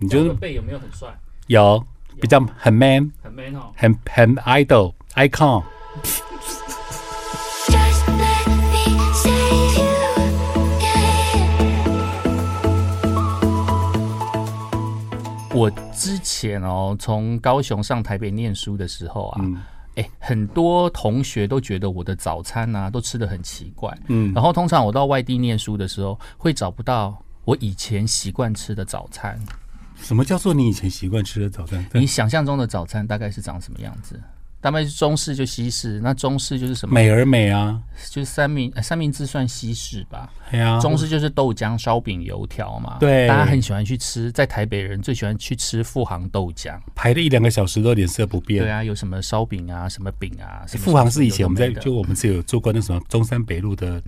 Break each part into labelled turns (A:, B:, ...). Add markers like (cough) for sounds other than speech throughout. A: 你
B: 这
A: 就
B: 样会
A: 是
B: 背有没有很帅？
A: 有比较很 man，
B: 很 man 哦。
A: 很很 idol icon。
C: Just let me save you, yeah.
B: 我之前哦，从高雄上台北念书的时候啊，
A: 嗯
B: 哎、很多同学都觉得我的早餐啊都吃的很奇怪。
A: 嗯
B: 然后通常我到外地念书的时候，会找不到我以前习惯吃的早餐。
A: 什么叫做你以前习惯吃的早餐？
B: 你想象中的早餐大概是长什么样子？大概是中式就西式，那中式就是什么？
A: 美而美啊，
B: 就是三明、呃三明治算西式吧，
A: 哎呀，
B: 中式就是豆浆、烧饼、油条嘛。
A: 对
B: 大家很喜欢去吃，在台北人最喜欢去吃富航豆浆。
A: 排了一两个小时都脸色不变
B: 对。啊，有什么烧饼啊，什么饼啊。什么
A: 富航
B: 什么
A: 哎是以前我们在
B: 有的没的
A: 就我们是有做过那什么中山北路的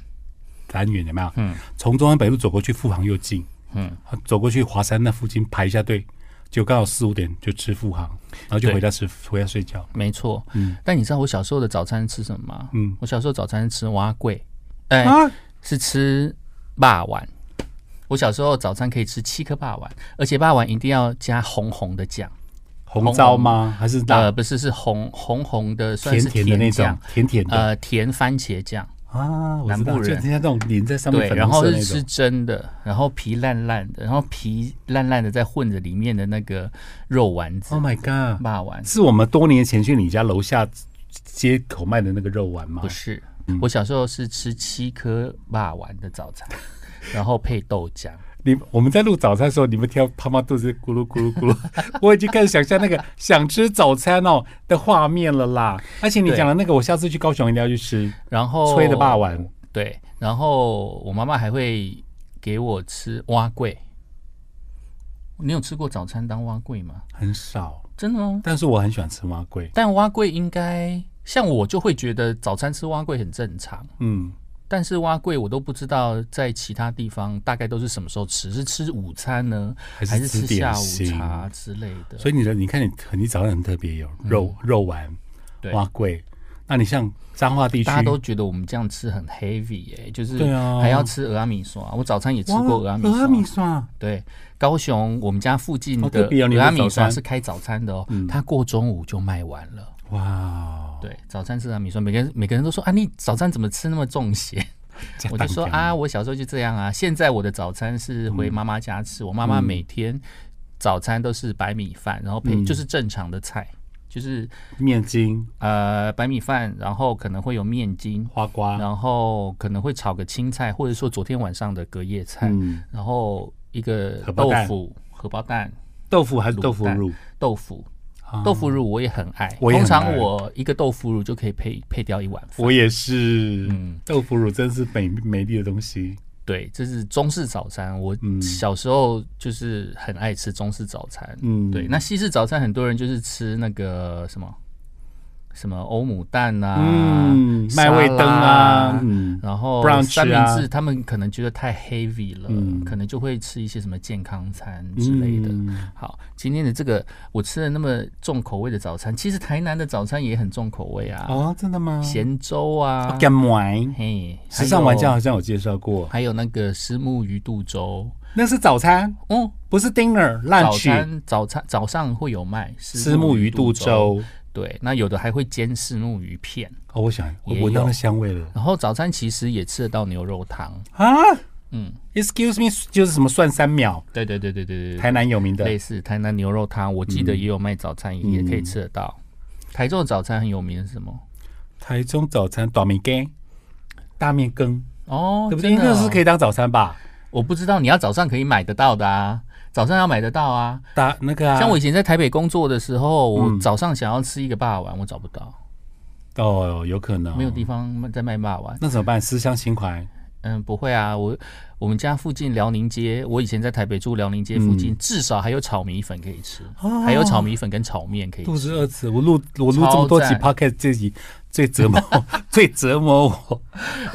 A: 单元有没有？
B: 嗯，
A: 从中山北路走过去，富航又近，
B: 嗯，
A: 走过去华山那附近排一下队，就刚好四五点就吃富航，然后就
B: 对
A: 回家吃回家睡觉。
B: 没错。
A: 嗯
B: 但你知道我小时候的早餐吃什么吗？
A: 嗯
B: 我小时候早餐吃蛙桂，哎、
A: 啊，
B: 是吃霸碗。我小时候早餐可以吃七颗霸碗，而且霸碗一定要加红红的酱，
A: 红糟吗？还是
B: 呃，
A: 辣
B: 不是是红红红的，算
A: 啊
B: 是
A: 甜甜的那种
B: 酱，，
A: 甜甜的
B: 呃，甜番茄酱，
A: 啊？我知
B: 南
A: 道，
B: 部
A: 就
B: 人
A: 人家那种淋在上面
B: 对，
A: 粉
B: 然
A: 红
B: 后
A: 色
B: 是
A: 那
B: 吃
A: 种。
B: 蒸的，然后皮烂烂的，然后皮烂烂的再混着里面的那个肉丸子
A: Oh，my god！
B: 霸丸
A: 是我们多年前去你家楼下街口卖的那个肉丸吗
B: 不？是，
A: 嗯
B: 我小时候是吃七颗霸丸的早餐， (laughs) 然后配豆浆。
A: 你我们在录早餐的时候，你们听到胖胖肚子咕噜咕噜咕 (laughs) 噜，我已经开始想象那个想吃早餐哦的画面了啦。而且你
B: 对
A: 讲的那个，我下次去高雄一定要去吃
B: 然后
A: 吹的霸丸。
B: 对，然后我妈妈还会给我吃蛙桂。你有吃过早餐当蛙桂吗？
A: 很少，
B: 真的吗？
A: 但是我很喜欢吃蛙龟。
B: 但蛙桂应该像我就会觉得早餐吃蛙桂很正常，
A: 嗯，
B: 但是蛙桂我都不知道在其他地方大概都是什么时候吃，是吃午餐呢，
A: 还是
B: 还是
A: 吃
B: 吃
A: 点
B: 下午
A: 心
B: 茶之类的？
A: 所以你的你看你你早上很特别，有肉、肉丸、
B: 对
A: 蛙龟。那你像彰化地区
B: 大，家都觉得我们这样吃很 heavy 哎、就是
A: 对啊
B: 还要吃俄阿米刷。我早餐也吃
A: 哇
B: 过俄阿米
A: 鹅
B: 刷
A: 阿，米刷，
B: 对，高雄我们家附近
A: 好
B: 的
A: 特别哦你
B: 俄
A: 们
B: 阿米
A: 早
B: 刷
A: 餐嗯
B: 是开早餐的哦，它过中午就卖完了。
A: 哇哦，
B: 对，早餐吃俄阿米刷，每个人每个人都说啊，你早餐怎么吃那么重咸？ (laughs) 我就说
A: 这样
B: 啊，，我小时候就这样啊。现在我的早餐是回妈妈家
A: 嗯
B: 吃，我妈妈每天早餐都是白米饭，然后
A: 嗯
B: 配、就是正常的菜，就是
A: 面筋、
B: 呃白米饭，然后可能会有面筋，
A: 花瓜，
B: 然后可能会炒个青菜，或者说昨天晚上的隔夜菜，
A: 嗯，
B: 然后一个
A: 荷包
B: 豆
A: 蛋
B: 腐、荷包蛋、
A: 豆腐还是
B: 卤
A: 豆腐
B: 蛋
A: 乳？
B: 豆腐、
A: 啊
B: 豆腐乳我也很爱。
A: 我也
B: 通
A: 很
B: 常
A: 爱
B: 我一个豆腐乳就可以配配掉一碗饭。
A: 我也是，
B: 嗯
A: 豆腐乳真是美美丽的东西。
B: 对，这是中式早餐。我
A: 嗯
B: 小时候就是很爱吃中式早餐。
A: 嗯
B: 对，那西式早餐很多人就是吃那个什么什么欧姆蛋啊，
A: 嗯，
B: 沙
A: 麦味登啊
B: 拉，
A: 嗯，
B: 然后
A: brunch 啊
B: 三明治，他们可能觉得太 heavy 了，
A: 嗯
B: 可能就会吃一些什么健康餐之类的。
A: 嗯
B: 好，今天的这个我吃了那么重口味的早餐，其实台南的早餐也很重口味啊，
A: 哦，真的吗？
B: 咸粥啊，
A: 干买，
B: 嘿，
A: 时尚玩家
B: 还
A: 好
B: 有
A: 像有介绍过，
B: 还有那个石目鱼肚粥，
A: 那是早餐，
B: 哦，
A: 不是 dinner
B: 早
A: lunch。
B: 餐早餐早上会有卖
A: 丝木鱼肚，粥，
B: 对，那有的还会煎石目鱼片，
A: 哦，我想我
B: 也
A: 闻到
B: 有
A: 那香味了
B: 然后早餐其实也吃得到牛肉汤，
A: 啊！
B: 嗯，
A: Excuse me，就是什么算三秒，
B: 对对对对对对对，
A: 台南有名的
B: 类似台南牛肉汤，我
A: 嗯
B: 记得也有卖早餐，也可以吃得到。台中的早餐很有名是什么？
A: 台中早餐短面羹，大面羹，
B: 哦，
A: 对不对？
B: 真的
A: 那
B: 哦
A: 是可以当早餐吧？
B: 我不知道你要早上可以买得到的啊，早上要买得到啊。
A: 大那个啊，嗯
B: 像我以前在台北工作的时候，我早上想要吃一个霸王，我找不到，
A: 哦，有可能
B: 没有地方在卖霸王。
A: 那怎么办？思乡情怀，
B: 嗯，不会啊，我我们家附近辽宁街，我以前在台北住辽宁街附近，至少还有炒米粉可以吃，
A: 嗯哦
B: 还有炒米粉跟炒面可以
A: 肚
B: 吃。
A: 子饿死。我录我录这么多
B: 超
A: 集
B: 赞
A: podcast，这集 (laughs) 最折
B: (laughs)
A: 磨最折磨我。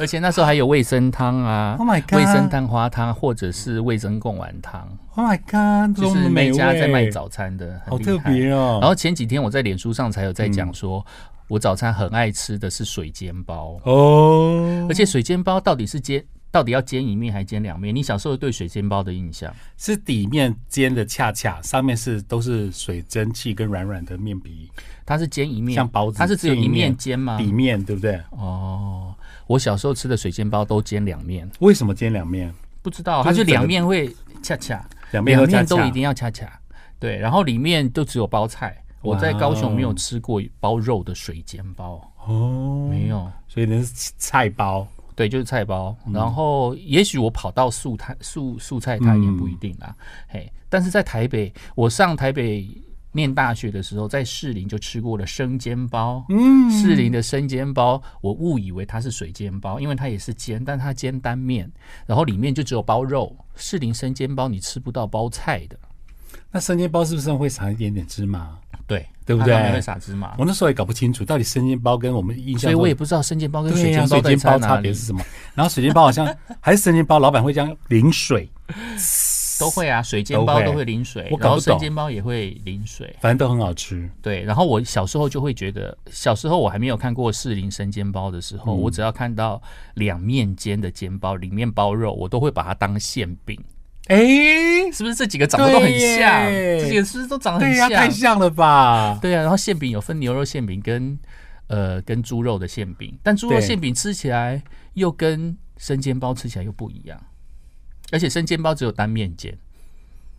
B: 而且那时候还有味参汤啊
A: Oh my god
B: 味参蛋花汤或者是味参贡丸汤，
A: Oh my god，
B: 就
A: 这
B: 是
A: 么
B: 那
A: 美味，
B: 家在卖早餐的，很
A: 好
B: 厉
A: 特
B: 害
A: 别嗯哦。
B: 然后前几天我在脸书上才有在讲说，我早餐很爱吃的是水煎包，
A: 哦
B: 而，且水煎包到底是煎到底要煎一面还是煎两面？你小时候对水煎包的印象？
A: 是底面煎的恰恰，上面是都是水蒸气跟软软的面皮，
B: 它是煎一面，
A: 像包子
B: 它是只有
A: 这一
B: 一面
A: 面
B: 煎吗？
A: 底面对不对？
B: 哦，我小时候吃的水煎包都煎两面，
A: 为什么煎两面？
B: 不知道
A: 就
B: 它
A: 是
B: 就
A: 整个
B: 两面会恰恰，
A: 两面
B: 两
A: 都
B: 面
A: 恰
B: 都
A: 恰
B: 一定要恰恰，对，然后里面都只有包菜。我在高雄没有吃过包肉的水煎包，
A: 哦，
B: 没有，
A: 所以那是菜包。
B: 对，就是菜包。然后也许我跑到素摊素素菜摊也不一定啦，
A: 嗯
B: 嘿。但是在台北，我上台北念大学的时候，在士林就吃过了生煎包。嗯，士林的生煎包，我误以为它是水煎包，因为它也是煎，但它煎单面，然后里面就只有包肉。士林生煎包你吃不到包菜的，
A: 那生煎包是不是会撒一点点芝麻？
B: 对
A: 对不
B: 它上面
A: 对
B: 会撒芝麻，
A: 我那时候也搞不清楚，到底生煎包跟我们印
B: 所
A: 象
B: 以
A: 中
B: 我也不知道生煎包跟啊水
A: 对呀
B: 煎包
A: 水
B: 到底
A: 煎
B: 差
A: 包
B: 哪
A: 差
B: 里
A: 别是什么？然后水煎包好像还是生煎包，老板会这样淋水，
B: 都会啊，水煎包
A: 都会
B: 都会淋水，
A: 我搞
B: 然后
A: 不
B: 生
A: 懂
B: 煎包也会淋水。
A: 反正都很好吃。
B: 对，然后我小时候就会觉得，小时候我还没有看过士林生煎包的时候，我只要看到两面煎的煎包，里面包肉，我都会把它当馅饼，
A: 哎，
B: 是不是？这几个长得都很
A: 对耶
B: 像，这几个是不是都长得很
A: 对呀，
B: 像？
A: 太像了吧？
B: 对啊，然后馅饼有分牛肉馅饼跟呃跟猪肉的馅饼，但猪肉
A: 对
B: 馅饼吃起来又跟生煎包吃起来又不一样，而且生煎包只有单面煎，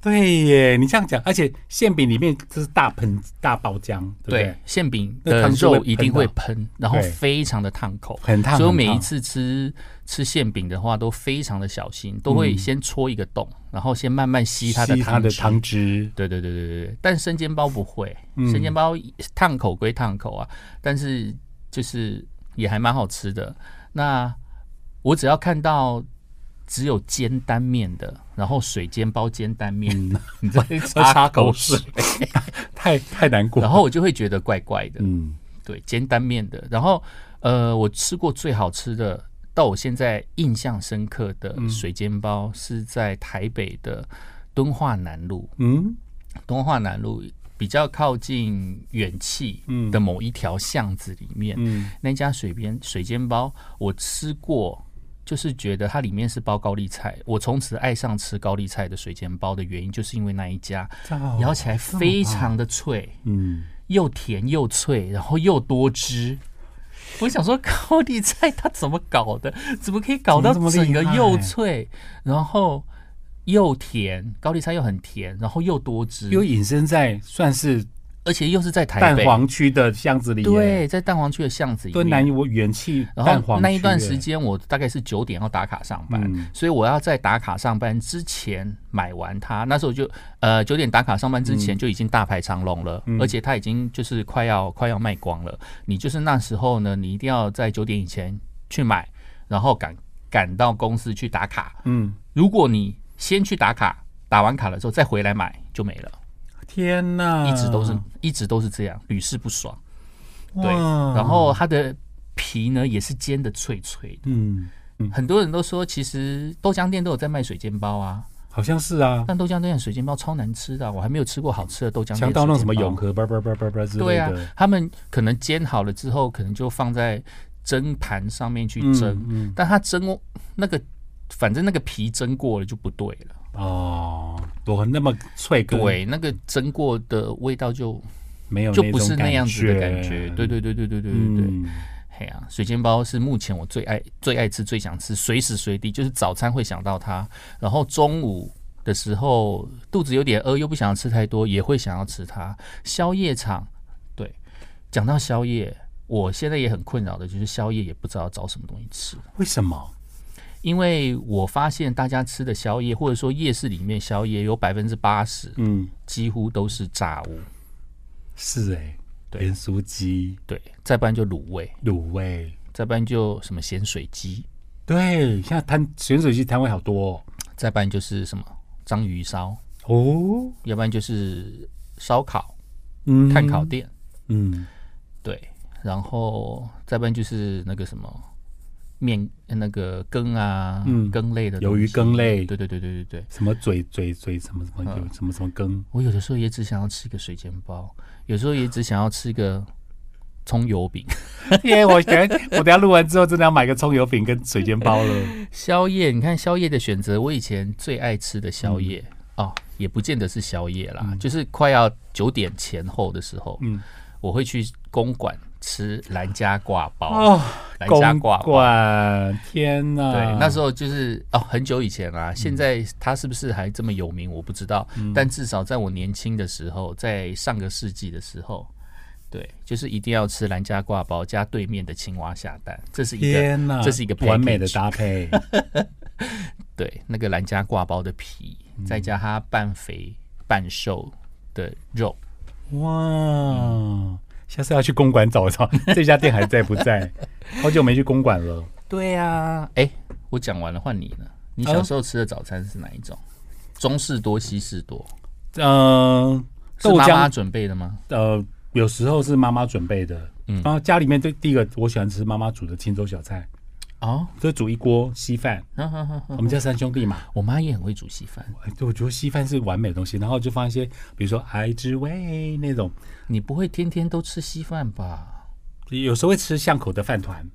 A: 对耶，你这样讲，而且馅饼里面这是大盆大包浆，对不对？
B: 馅饼
A: 那
B: 的
A: 汤汁会
B: 肉一定
A: 喷
B: 会
A: 到
B: 喷，然后
A: 对
B: 非常的烫口，
A: 很烫
B: 所以我
A: 很
B: 每一
A: 烫
B: 次吃吃馅饼的话，都非常的小心，都会先戳一个洞，然后先慢慢吸它的
A: 嗯吸它
B: 汤
A: 的
B: 汁。
A: 汤汁，
B: 对对对对对对，但生煎包不会，生煎包烫口归烫口啊，但是就是也还蛮好吃的。那我只要看到只有煎单面的，然后水煎包煎单面， (laughs) 你在
A: 擦
B: 擦
A: 口
B: 口
A: 水 (laughs)
B: 水，
A: 太太难过。
B: 然后我就会觉得怪怪的。
A: 嗯，
B: 对，煎单面的。然后，呃，我吃过最好吃的，到我现在印象深刻的水煎包、是在台北的敦化南路，
A: 嗯
B: 敦化南路比较靠近远气的某一条巷子里面，
A: 嗯，
B: 那家水边水煎包我吃过。就是觉得它里面是包高丽菜，我从此爱上吃高丽菜的水煎包的原因，就是因为那一家
A: 哦
B: 咬起来非常的脆，
A: 嗯，
B: 又甜又脆，然后又多汁。我想说，高丽菜它怎么搞的？怎么可以搞到
A: 怎么这么
B: 整
A: 厉害
B: 个又脆，然后又甜？高丽菜又很甜，然后又多汁，
A: 又隐身在算是
B: 而且又是在台
A: 蛋
B: 北，
A: 黄区的巷子里，，
B: 对，在蛋黄区的巷子里
A: 敦南
B: 面。
A: 我元气
B: 然
A: 蛋
B: 后
A: 黄
B: 那一
A: 区
B: 段
A: 耶
B: 时间，我大概是九点要打卡上班，
A: 嗯
B: 所以我要在打卡上班之前买完它。那时候就呃九点打卡上班之
A: 嗯
B: 前就已经大排长龙了，而且它已经就是快要快要卖光了。你就是那时候呢，你一定要在九点以前去买，然后赶赶到公司去打卡。
A: 嗯，
B: 如果你先去打卡，打完卡了之后再回来买就没了，
A: 天哪，
B: 一直都是、一直都是这样，屡试不爽。对，
A: 哇
B: 然后它的皮呢也是煎的脆脆的。
A: 嗯，
B: 很多人都说，其实豆浆店都有在卖水煎包啊，
A: 好像是啊，
B: 但豆浆店的水煎包超难吃的啊、我还没有吃过好吃的豆浆店
A: 强到那种什么
B: 水煎包
A: 永。和叭叭叭叭叭之
B: 对
A: 类
B: 啊
A: 的，，
B: 他们可能煎好了之后，可能就放在蒸盘上面去蒸，
A: 嗯
B: 但它蒸那个，反正那个皮蒸过了就不对了。
A: 哦，多那么脆跟
B: 对，那个蒸过的味道就
A: 没有
B: 就
A: 那
B: 不
A: 种
B: 是那样子的感觉。对
A: 对
B: 对对对对对对对。
A: 嗯，
B: 嘿啊，水煎包是目前我最爱、最爱吃、最想吃，随时随地就是早餐会想到它，然后中午的时候肚子有点饿又不想吃太多，也会想要吃它。宵夜场，对，讲到宵夜，我现在也很困扰的就是宵夜也不知道找什么东西吃，
A: 为什么？
B: 因为我发现大家吃的宵夜，或者说夜市里面宵夜，有百分之八十
A: 嗯，
B: 几乎都是炸物，
A: 是哎，
B: 对
A: 盐酥鸡、
B: 对，再不然就卤味，
A: 卤味，
B: 再不然就什么咸水鸡，
A: 对，现在摊咸水鸡摊位好多
B: 再不然就是什么章鱼烧。
A: 哦哦，
B: 要不然就是烧烤、
A: 嗯
B: 炭烤，店，
A: 嗯，
B: 对，然后再不然就是那个什么面那个羹啊，
A: 嗯
B: 羹类的
A: 鱿
B: 东
A: 鱼
B: 西
A: 羹类
B: 对对对对对对。
A: 什么嘴嘴嘴什么什么有什么 (laughs) 什么羹，
B: 我有的时候也只想要吃一个水煎包，有时候也只想要吃一个葱油饼。 (laughs)
A: 耶！我等下我等下录完之后，真的要买个葱油饼跟水煎包了。
B: 宵夜，你看宵夜的选择，我以前最爱吃的宵夜、
A: 嗯
B: 哦，也不见得是宵夜啦，就是快要九点前后的时候，
A: 嗯
B: 我会去公馆吃兰家挂包。
A: 哦，
B: 来家
A: 公
B: 挂包
A: 馆，天哪！
B: 对，那时候就是哦，很久以前
A: 嗯
B: 啦、现在它是不是还这么有名，我不知道。但至少在我年轻的时候，在上个世纪的时候，对，就是一定要吃兰家挂包加对面的青蛙下蛋，这是一个
A: 天哪，
B: 这是一个
A: 完美的
B: package
A: 搭 (laughs) 配。
B: 对，那个兰家挂包的皮，
A: 嗯
B: 再加它半肥半瘦的肉，
A: 哇！下次要去公馆找一 (laughs) 找这家店还在不 (laughs) 在？好久没去公馆了。
B: 对呀、
A: 啊
B: 哎、我讲完了，换你了。你小时候吃的早餐是哪一种？中式多，西式多？
A: 嗯，
B: 是
A: 豆
B: 妈妈
A: 浆
B: 准备的吗？
A: 呃，有时候是妈妈准备的。
B: 嗯
A: 然后家里面最第一个我喜欢吃妈妈煮的青州小菜，
B: 哦，
A: 就煮一锅稀饭。
B: 呵呵呵呵
A: 我们家三兄弟嘛，
B: 我妈也很会煮稀饭，
A: 哎对，我觉得稀饭是完美的东西。然后就放一些，比如说爱之味那种，
B: 你不会天天都吃稀饭吧？
A: 有时候会吃巷口的饭团，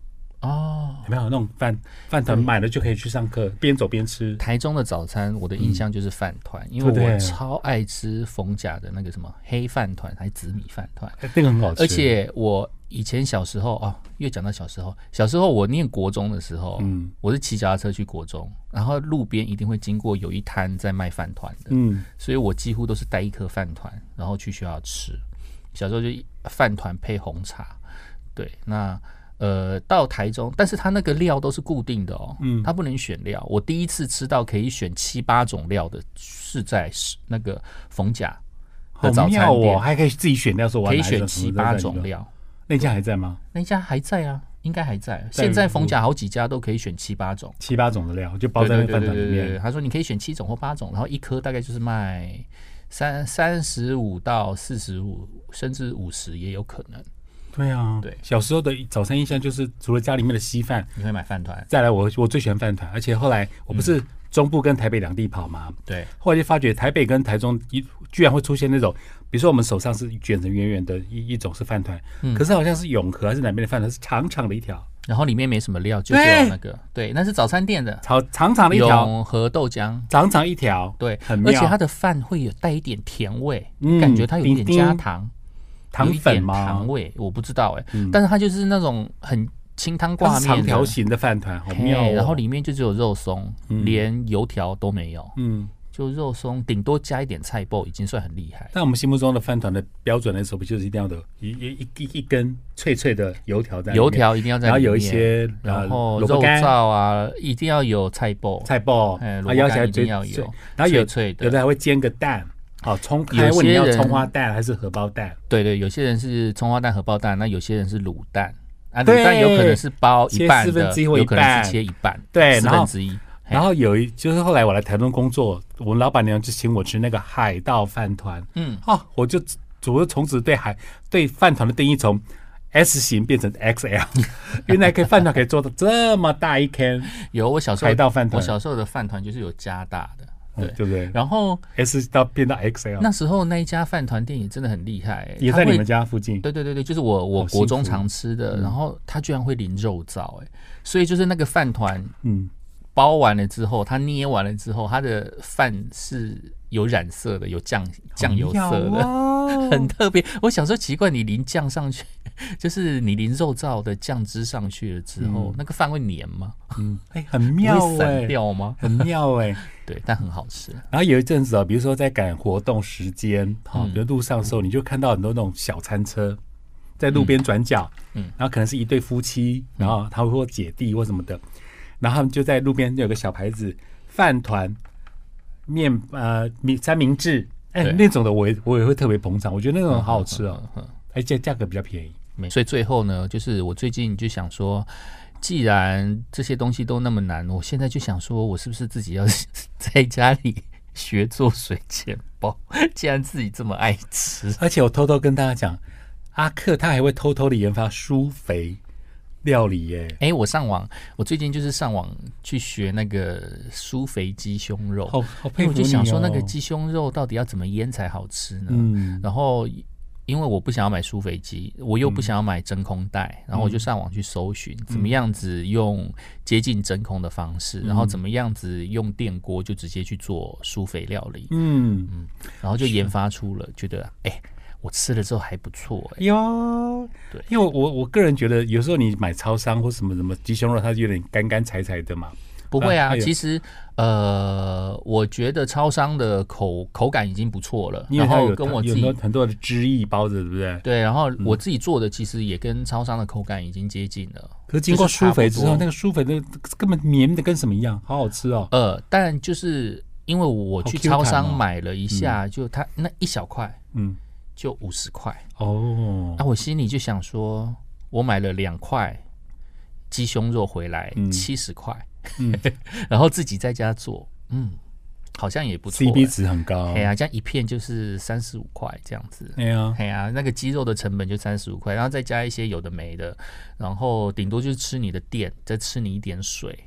B: 哦，
A: 有没有那种饭饭团买了就可以去上课，边走边吃。
B: 台中的早餐，我的印象就是饭团，因
A: 对
B: 为
A: 对
B: 我超爱吃冯甲的那个什么黑饭团，还紫米饭团。
A: 哎那个很好吃，
B: 而且我以前小时候哦，又讲到小时候，小时候我念国中的时候，
A: 嗯
B: 我是骑脚踏车去国中，然后路边一定会经过有一摊在卖饭团的，
A: 嗯，
B: 所以我几乎都是带一颗饭团，然后去学校吃。小时候就一饭团配红茶，对，那呃到台中，但是它那个料都是固定的哦，
A: 嗯
B: 它不能选料。我第一次吃到可以选七八种料的是在是那个逢甲
A: 好
B: 的早餐
A: 妙
B: 店，
A: 哦，还可以自己选料，说我要
B: 可以
A: 哪一
B: 选
A: 种
B: 七八种。
A: 什么的
B: 料。
A: 那家还在吗？
B: 那家还在啊，应该还在。现在逢甲好几家都可以选七八种，
A: 七八种的料就包在那个
B: 对
A: 饭
B: 对
A: 团
B: 对
A: 里
B: 对对对。
A: 面。
B: 他说你可以选七种或八种，然后一颗大概就是卖三三十五到四十五，甚至五十也有可能。
A: 对啊，
B: 对
A: 小时候的早餐印象就是除了家里面的稀饭，
B: 你会买饭团？
A: 再来我我最喜欢饭团，而且后来我不
B: 嗯
A: 是中部跟台北两地跑嘛，
B: 对，
A: 后来就发觉台北跟台中一居然会出现那种，比如说我们手上是卷成圆圆的一一种是饭团，
B: 嗯
A: 可是好像是永和还是哪边的饭团是长长的一条，
B: 然后里面没什么料，就只
A: 对
B: 有那个对，那是早餐店的
A: 长长长的一条，
B: 永和豆浆。
A: 长长一条，
B: 对，
A: 很妙
B: 而且它的饭会有带一点甜味，
A: 嗯
B: 感觉它有一点
A: 丁丁
B: 加糖，
A: 糖
B: 有一
A: 粉
B: 点
A: 吗？
B: 糖味我不知道哎、但是它就是那种很清汤
A: 它
B: 挂
A: 是
B: 面
A: 长
B: 的
A: 条形的饭团，好妙、哦
B: 嘿。然后里面就只有肉松，连油条都没有，
A: 嗯，
B: 就肉松，顶多加一点菜包，已经算很厉害。
A: 但我们心目中的饭团的标准 SOP 就是一定要的一一一一一根脆脆的油条在里面
B: 油，条一定要在
A: 然
B: 里面，
A: 后有一些呃
B: 然后
A: 萝卜
B: 肉
A: 干
B: 燥啊，一定要有菜包，
A: 菜包，
B: 哎
A: 然
B: 萝
A: 后
B: 卜
A: 咬起来
B: 干一
A: 嘴
B: 定要有
A: 嘴然后有
B: 脆脆的
A: 有的还会煎个蛋，好葱，
B: 有
A: 还问你
B: 些
A: 要
B: 人
A: 葱花蛋还是荷包蛋？
B: 对对，有些人是葱花蛋、荷包蛋，那有些人是卤蛋啊，
A: 对
B: 卤蛋有可能是包一半
A: 切四分
B: 的，
A: 之一或
B: 有可
A: 一半
B: 能是切一半，
A: 对
B: 四
A: 然后
B: 分之一。嘿
A: 然后有一就是后来我来台东工作，我们老板娘就请我吃那个海盗饭团，
B: 嗯，
A: 哦，我就我就从此对海对饭团的定义从 S 型变成 XL，原 (laughs) 来可以饭团可以做到这么大一坑，
B: 有我小时候
A: 海盗饭团
B: 我小时候的饭团就是有加大的，
A: 嗯
B: 对。
A: 对不对
B: 然后
A: ？S 到变到 XL，
B: 那时候那一家饭团店也真的很厉害、
A: 也
B: 它
A: 在你
B: 会
A: 们家附近。
B: 对对对对，就是我我
A: 好嗯
B: 国
A: 幸
B: 中
A: 福
B: 常吃的，然后它居然会淋肉燥，哎，所以就是那个饭团
A: 嗯，
B: 包完了之后，它捏完了之后，它的饭是有染色的，有酱酱油色的，
A: 哦
B: (laughs) 很特别。我想说奇怪，你淋酱上去，就是你淋肉燥的酱汁上去了之后，那个饭会粘吗？
A: 嗯，哎，很
B: 不
A: 妙
B: 会
A: 哎、
B: 散掉吗？
A: 很妙哎、
B: 对，但很好吃。
A: 然后有一阵子啊，比如说在赶活动时间，好、
B: 嗯
A: 比如路上的时候，你就看到很多那种小餐车在路边转角，
B: 嗯
A: 嗯
B: 嗯，
A: 然后可能是一对夫妻，然后他或姐弟或什么的，然后他们就在路边有个小牌子饭团面呃米三明治，哎、
B: 对
A: 那种的我也我也会特别捧场，我觉得那种好好吃哦，
B: 嗯哼。
A: 而且价格比较便宜，
B: 没所以最后呢，就是我最近就想说，既然这些东西都那么难，我现在就想说，我是不是自己要 (laughs) 在家里学做水煎包？ (laughs) 既然自己这么爱吃，
A: 而且我偷偷跟大家讲，阿克他还会偷偷的研发舒肥料理耶、
B: 哎、我上网，我最近就是上网去学那个酥肥鸡胸肉，
A: 好好佩
B: 因为我
A: 服你、哦、
B: 就想说，那个鸡胸肉到底要怎么腌才好吃呢？
A: 嗯
B: 然后。因为我不想要买苏肥机，我又不想要买真空袋，然后我
A: 嗯
B: 就上网去搜寻怎么样子用接近真空的方式，然
A: 嗯
B: 后怎么样子用电锅就直接去做苏肥料理，
A: 嗯，
B: 然后就研发出了，觉得哎、我吃了之后还不错、哎，
A: 哟，
B: 对
A: 因为我我个人觉得，有时候你买超商或什么什么鸡胸肉，它就有点干干柴柴的嘛。
B: 不会啊，
A: 啊哎呦
B: 其实呃，我觉得超商的口口感已经不错了，
A: 因为
B: 然
A: 它
B: 后
A: 有
B: 跟我自
A: 有很
B: 己
A: 多嗯很多的汁液包着，对不对？
B: 对，然后我自己做的其实也跟超商的口感已经接近了。
A: 可是经过
B: 就是差
A: 疏
B: 不
A: 肥之后，
B: 多
A: 那个疏肥的根本绵的跟什么一样，好好吃哦。
B: 呃，但就是因为我去
A: 好 Q 弹哦
B: 超商买了一下，就它那一小块
A: 嗯，
B: 就五十块，
A: 哦
B: 啊，，我心里就想说，我买了两块鸡胸肉回来
A: 嗯
B: 七十块，
A: 嗯
B: (laughs) 然后自己在家做，嗯，好像也不错、
A: ，CP 值很高
B: 哎。呀，这样一片就是三十五块这样子。
A: 哎呀，
B: 哎呀，那个鸡肉的成本就三十五块，然后再加一些有的没的，然后顶多就是吃你的电，再吃你一点水。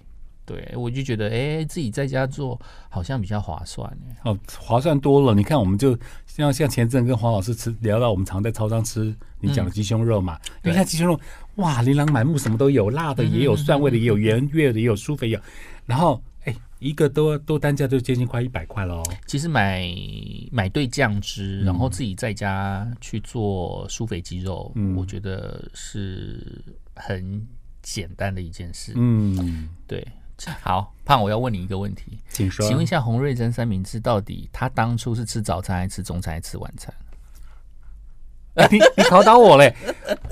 B: 对，我就觉得，哎，自己在家做好像比较划算哎。
A: 哦，划算多了。你看，我们就像像前阵跟黄老师吃聊到，我们常在超商吃你讲的鸡胸肉嘛，你
B: 嗯对
A: 看鸡胸肉，哇，琳琅满目，什么都有，辣的也有，蒜味的也有，盐味的也有，酥肥也有，然后哎，一个都都单价就接近快一百块了哦。
B: 其实买买对酱汁，然后自己在家去做酥肥鸡肉，我觉得是很简单的一件事。
A: 嗯，
B: 对，好，胖，我要问你一个问题，
A: 请说。 (laughs)
B: 请问一下，洪瑞珍三明治到底他当初是吃早餐、还是吃中餐、还是吃晚餐？
A: 哎你你考倒我嘞！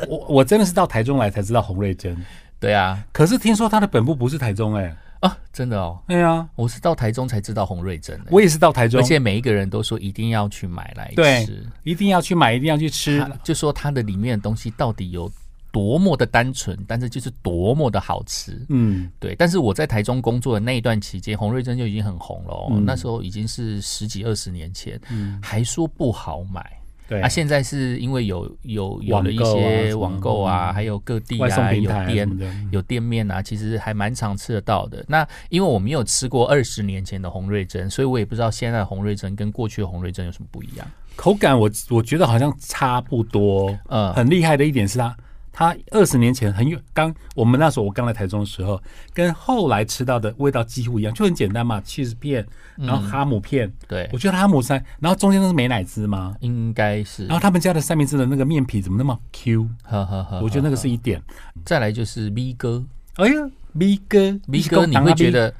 A: 我我真的是到台中来才知道洪瑞珍，
B: 对啊，
A: 可是听说他的本部不是台中哎、
B: 啊，真的哦，
A: 哎呀，
B: 我是到台中才知道洪瑞珍的、
A: 我也是到台中，
B: 而且每一个人都说一定要去买来
A: 对
B: 吃，，
A: 一定要去买，一定要去吃
B: 他。就说它的里面的东西到底有多么的单纯，但是就是多么的好吃。
A: 嗯，
B: 对，但是我在台中工作的那一段期间，洪瑞珍就已经很红了、哦
A: 嗯
B: 那时候已经是十几二十年前，还说不好买。
A: 对
B: 啊，现在是因为有有有了一些网
A: 网
B: 购
A: 购啊
B: 啊，还有各地
A: 外送
B: 啊
A: 平
B: 有
A: 台啊什么
B: 店
A: 的
B: 有店面啊，其实还蛮常吃得到的。那因为我没有吃过二十年前的红瑞珍，所以我也不知道现在的红瑞珍跟过去的红瑞珍有什么不一样。
A: 口感我我觉得好像差不多。
B: 嗯
A: 很厉害的一点是它，它二十年前很有刚我们那时候我刚来台中的时候，跟后来吃到的味道几乎一样，就很简单嘛，cheese 片，然后哈姆片，
B: 嗯对
A: 我，觉得哈姆三，然后中间都是美乃滋嘛，
B: 应该是
A: 然，后他们家的三明治的那个面皮怎么那么 Q？
B: 呵呵呵。
A: 我觉得那个
B: 呵
A: 是一点。
B: 呵再来就是 V 哥
A: 哎呀，B 哥
B: ，V 啊哥你会觉，得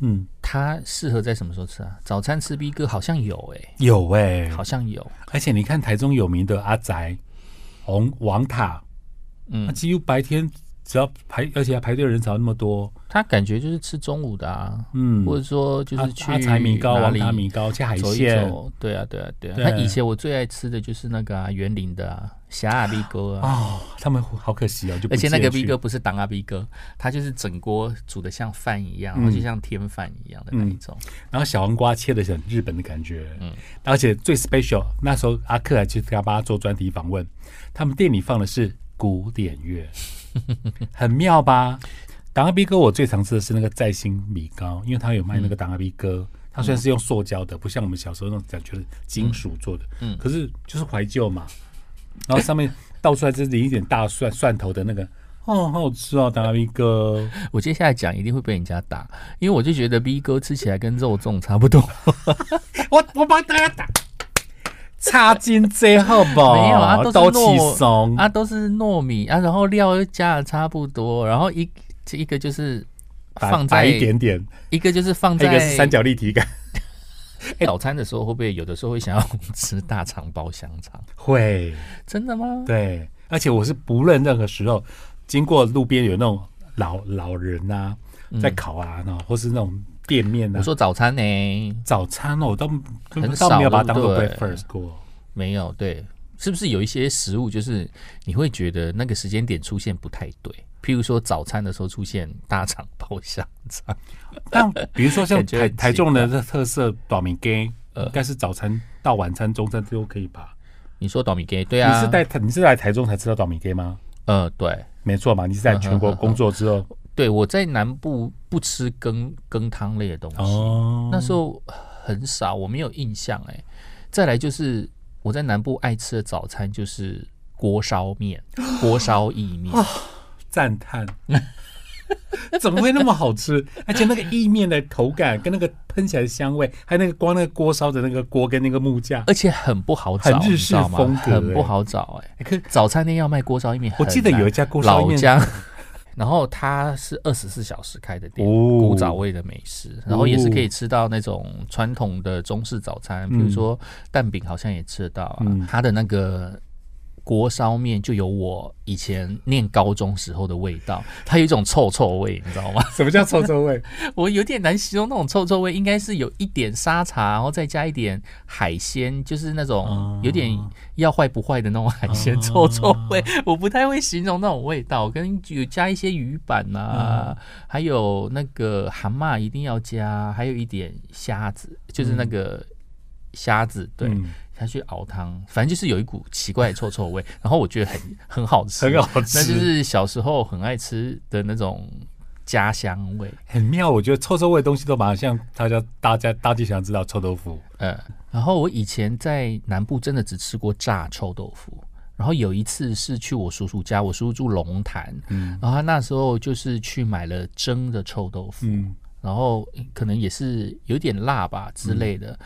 A: 嗯，
B: 它适合在什么时候吃啊？早餐吃 V 哥好像有哎、
A: 有哎、
B: 好像有，
A: 而且你看台中有名的阿宅、红王塔，
B: 嗯
A: 那，几乎白天只要排，而且还排队人潮那么多，
B: 他感觉就是吃中午的啊，
A: 嗯，
B: 或者说就是去
A: 阿阿财米糕、
B: 哪
A: 王
B: 里
A: 塔米糕、加海
B: 走一
A: 鲜
B: 走，对啊，对啊，对啊。
A: 对
B: 那以前我最爱吃的就是那个啊，园林的啊，霞阿 B 哥啊，
A: 哦，他们好可惜哦，就不
B: 而且那个
A: 见去
B: B 哥不是当阿 B 哥，他就是整锅煮的像饭一样，然后
A: 嗯
B: 就像天饭一样的那一种。
A: 然后小黄瓜切的很日本的感觉，嗯，而且最 special 那时候阿克还去他妈做专题访问，他们店里放的是古典 (laughs) 乐，很妙吧？达阿 B 哥我最常吃的是那个在兴米糕，因为它有卖那个达阿 B 哥，它虽然是用塑胶的，不像我们小时候那种感觉的金属做的，嗯，可是就是怀旧嘛。然后上面倒出来这淋一点大蒜蒜头的那个，哦，好好吃哦，达阿 B 哥，
B: 我接下来讲一定会被人家打，因为我就觉得 B 哥吃起来跟肉粽差不多。
A: 我我把大家打。插进最后吧，
B: 没有啊，
A: 都
B: 都
A: 起
B: 是糯
A: 松
B: 啊，都是糯米啊，然后料又加的差不多，然后一一个就是
A: 白
B: 放
A: 白
B: 在
A: 一点点，
B: 一个就是放
A: 还有
B: 在
A: 一个是三角哎立体感， (laughs)
B: 早餐的时候会不会有的时候会想要吃大肠包香肠？
A: 会
B: 真的吗？
A: 对，而且我是不论任何时候经过路边有那种老老人啊在烤啊，然后或是那种店面
B: 嗯
A: 啊，
B: 我说早餐呢、
A: 早餐哦，我都
B: 很少
A: 倒没有把它当做
B: 对不对
A: breakfast 过，
B: 没有，对，是不是有一些食物就是你会觉得那个时间点出现不太对？譬如说早餐的时候出现大肠包香肠，
A: 但比如说
B: (laughs)
A: 像
B: 感觉
A: 台
B: 很奇呃
A: 台中的特色短米羹，应该是早餐到晚餐中餐都可以吧？
B: 你说短米给对啊？
A: 你是在你是来台中才吃到短米羹吗？
B: 呃对
A: 没错嘛，你是在全
B: 嗯
A: 国工作之后
B: 对，我在南部不吃羹羹汤类的东西，
A: 哦
B: 那时候很少，我没有印象哎、再来就是我在南部爱吃的早餐就是锅烧
A: (gasps)
B: 面、锅烧意
A: 哦
B: 面。
A: 赞叹。 (laughs) 怎么会那么好吃？ (laughs) 而且那个意面的口感，跟那个喷起来的香味，还有那个光那个锅烧的那个锅跟那个木架，
B: 而且很不好找，
A: 很日式
B: 你知道吗
A: 风格
B: 很不
A: 欸
B: 好找哎、
A: 欸可
B: 早餐店要卖锅烧意面很
A: 我
B: 难，
A: 记得有一家锅烧意面
B: 老家，然后它是二十四小时开的店，
A: 哦
B: 古早味的美食，然后也是可以吃到那种传统的中式早餐，比如说蛋饼好像也吃得到啊，
A: 嗯
B: 它的那个。锅烧面就有我以前念高中时候的味道，它有一种臭臭味，你知道吗？
A: 什么叫臭臭味？
B: 我有点难形容那种臭臭味，应该是有一点沙茶，然后再加一点海鲜，就是那种
A: 哦
B: 有点要坏不坏的那种海鲜
A: 哦
B: 臭臭味。 (laughs) 我不太会形容那种味道，跟有加一些鱼板呐、
A: 嗯
B: 还有那个蛤蟆一定要加，还有一点虾子，就是那个虾子， (laughs) 对。
A: 嗯
B: 下去熬汤，反正就是有一股奇怪的臭臭味， (laughs) 然后我觉得很很好吃，
A: 很好
B: 那
A: 吃，
B: 就是小时候很爱吃的那种家乡味。
A: 很妙。我觉得臭臭味的东西都蛮像大家大家大家想知道臭豆腐，
B: 呃，然后我以前在南部真的只吃过炸臭豆腐。然后有一次是去我叔叔家，我叔叔住龙潭，
A: 嗯
B: 然后他那时候就是去买了蒸的臭豆腐，
A: 嗯， (laughs)
B: 然后可能也是有点辣吧之类
A: 嗯
B: 的。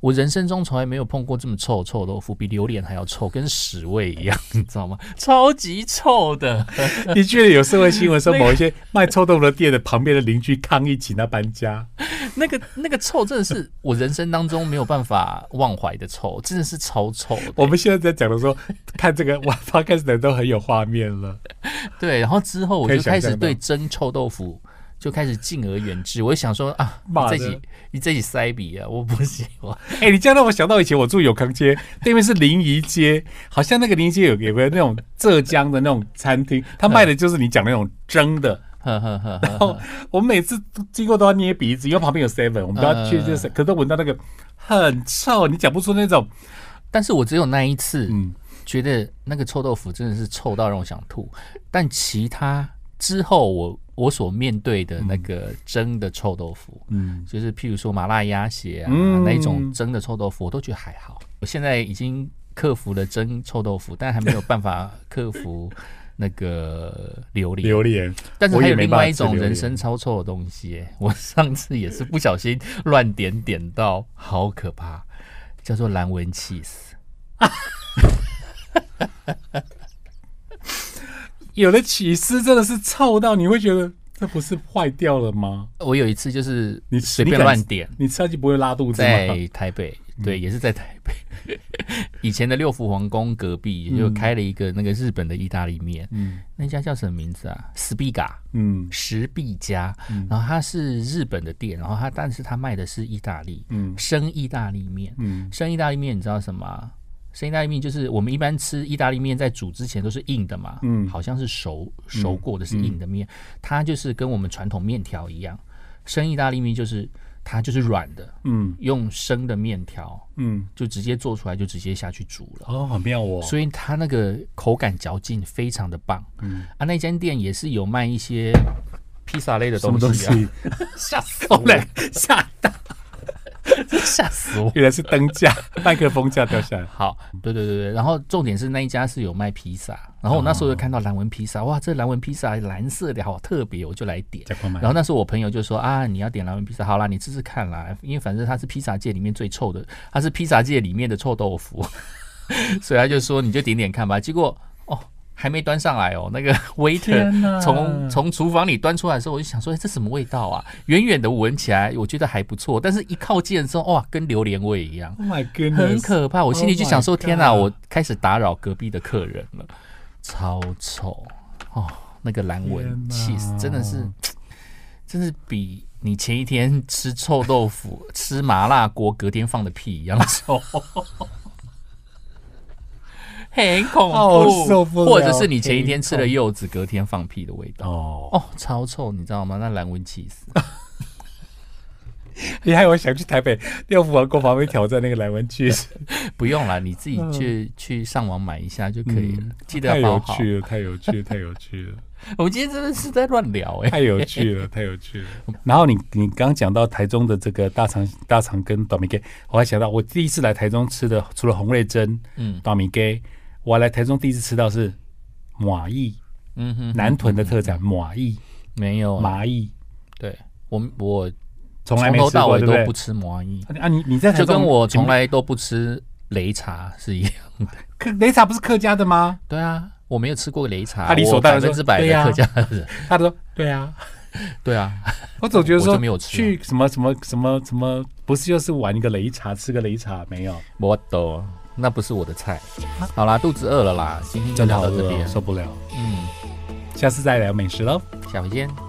B: 我人生中从来没有碰过这么臭的臭豆腐，比榴莲还要臭，跟屎味一样，你知道吗？ (laughs) 超级臭的。
A: 的确有社会新闻说某一些卖臭豆腐的店的旁边的邻居抗议，请他搬家。
B: 那个那个臭真的是我人生当中没有办法忘怀的臭，真的是超臭的。
A: 我们现在在讲的说，看这个 (laughs) 我 podcast 的人都很有画面了。
B: 对，然后之后我
A: 可以
B: 就
A: 想
B: 开始
A: 象
B: 对
A: 到
B: 蒸臭豆腐就开始敬而远之。我就想说
A: (laughs)
B: 啊，你
A: 妈
B: 这
A: 的
B: 己你这己塞比啊，我不喜欢。
A: 哎、你这样让我想到以前我住永康街，对面是临沂街，好像那个临沂街有有个那种浙江的那种餐厅，他卖的就是你讲那种蒸的。
B: 呵呵呵
A: 然
B: 呵，
A: 后我每次经过都要捏鼻子，因为旁边有 seven，我们都要去就是，可是都闻到那个很臭，你讲不出那种
B: 但是我只有那一次
A: 嗯
B: 觉得那个臭豆腐真的是臭到让我想吐，但其他之后我我所面对的那个蒸的臭豆腐，
A: 嗯
B: 就是譬如说麻辣鸭血啊、
A: 嗯
B: 那一种蒸的臭豆腐，我都觉得还好。我现在已经克服了蒸臭豆腐，但还没有办法克服那个榴莲。
A: 榴莲。
B: 但是
A: 我
B: 还
A: 也
B: 有
A: 没
B: 另
A: 办法
B: 外一
A: 吃
B: 种
A: 榴
B: 人
A: 莲
B: 生超臭的东西耶、我上次也是不小心乱点点到，好可怕，叫做蓝纹 cheese。
A: 有的起司真的是臭到你会觉得这不是坏掉了吗？
B: 我有一次就是
A: 你
B: 随
A: 你
B: 便
A: 敢
B: 乱点，
A: 你吃下去不会拉肚子吗？嗯
B: 在台北，对，也是在台北。以前的六福皇宫隔壁就开了一个那个日本的意大利面，
A: 嗯
B: 那家叫什么名字啊？s p i g a
A: 嗯
B: 石壁家，然后它是日本的店，然后它但是它卖的是意大利
A: 嗯
B: 生意大利面，
A: 嗯，
B: 生意大利面你知道什么啊？生意大利面就是我们一般吃意大利面，在煮之前都是硬的嘛，
A: 嗯
B: 好像是熟熟过的是硬的面，它就是跟我们传统面条一样，生意大利面就是它就是软的，
A: 嗯
B: 用生的面条
A: 嗯，
B: 就直接做出来，就直接下去煮了。
A: 哦，好妙哦。
B: 所以它那个口感嚼劲非常的棒，嗯啊，那间店也是有卖一些披萨类的
A: 什么
B: 东
A: 东
B: 西啊，
A: 西？ (laughs)
B: 吓死
A: 我
B: 我
A: 们 (laughs)
B: 了，
A: 俩吓到，
B: 吓死我！
A: 原来是灯 (laughs) 架、麦克风架掉下来。
B: 好，对对对对，然后重点是那一家是有卖披萨，然后我那时候就看到蓝纹披萨，哇，这蓝纹披萨蓝色的好特别，我就来点。
A: 加快麦
B: 然后那时候我朋友就说啊，你要点蓝纹披萨，好啦，你试试看啦，因为反正它是披萨界里面最臭的，它是披萨界里面的臭豆腐， (laughs) 所以他就说你就点点看吧。结果哦，还没端上来哦，那个 waiter
A: 哪
B: 从从厨房里端出来的时候，我就想说、哎这什么味道啊？远远的闻起来我觉得还不错，但是一靠近的时候，哇，跟榴莲味一样。
A: ，Oh my goodness，
B: 很可怕。我心里就想说：“
A: Oh my
B: 天哪！
A: God
B: 我开始打扰隔壁的客人了，超臭哦！那个蓝纹
A: 天哪
B: 气死，真的是，真是比你前一天吃臭豆腐、吃麻辣锅隔天放的屁一样臭。” (laughs) 很恐怖，
A: 哦受不了
B: 或者是你前一天吃了柚子，隔天放屁的味道，
A: 哦。
B: 哦，超臭，你知道吗？那蓝纹气死，
A: 你害我想去台北六福王宫旁边挑战那个莱文 (laughs) 巨石，
B: 不用啦，你自己去、去上网买一下就可以了，记得
A: 嗯太
B: 要包
A: 有
B: 好。
A: 趣了，太有趣了， (laughs) 太有趣了，
B: (laughs) 我们今天真的是在乱聊哎、
A: 太有趣了，太有趣了。 (laughs) 然后你你刚讲到台中的这个大肠大肠跟短米羹，我还想到我第一次来台中吃的，除了红瑞珍、
B: 嗯
A: 短米羹，我来台中第一次吃到是马意
B: 嗯哼，
A: 南屯的特产马意
B: 没有啊，
A: 麻意，
B: 对我我
A: 从来
B: 从
A: 没
B: 头
A: 吃
B: 到
A: 过，
B: 尾
A: 对
B: 都
A: 对
B: 不？吃麻衣，
A: 啊，你你在台
B: 就
A: 中
B: 跟我从
A: 你
B: 来都不吃擂茶是一样。
A: 客擂茶不是客家的吗？
B: (laughs) 对啊，我没有吃过擂茶，
A: 他理所
B: 我
A: 当然
B: 百分
A: 说
B: 之百
A: 对
B: 的
A: 啊
B: 客家人。
A: 他说对啊，
B: (laughs) 对啊，
A: 我总觉得
B: 我
A: 说
B: 就没有吃啊
A: 去什么什么什么什么，不是就是玩一个擂茶，吃个擂茶没有？
B: 我懂，那不是我的菜。好啦，肚子饿了啦，今天就聊到这哦
A: 饿哦
B: 边，
A: 受不了，
B: 嗯，
A: 下次再聊美食喽。
B: 下回见。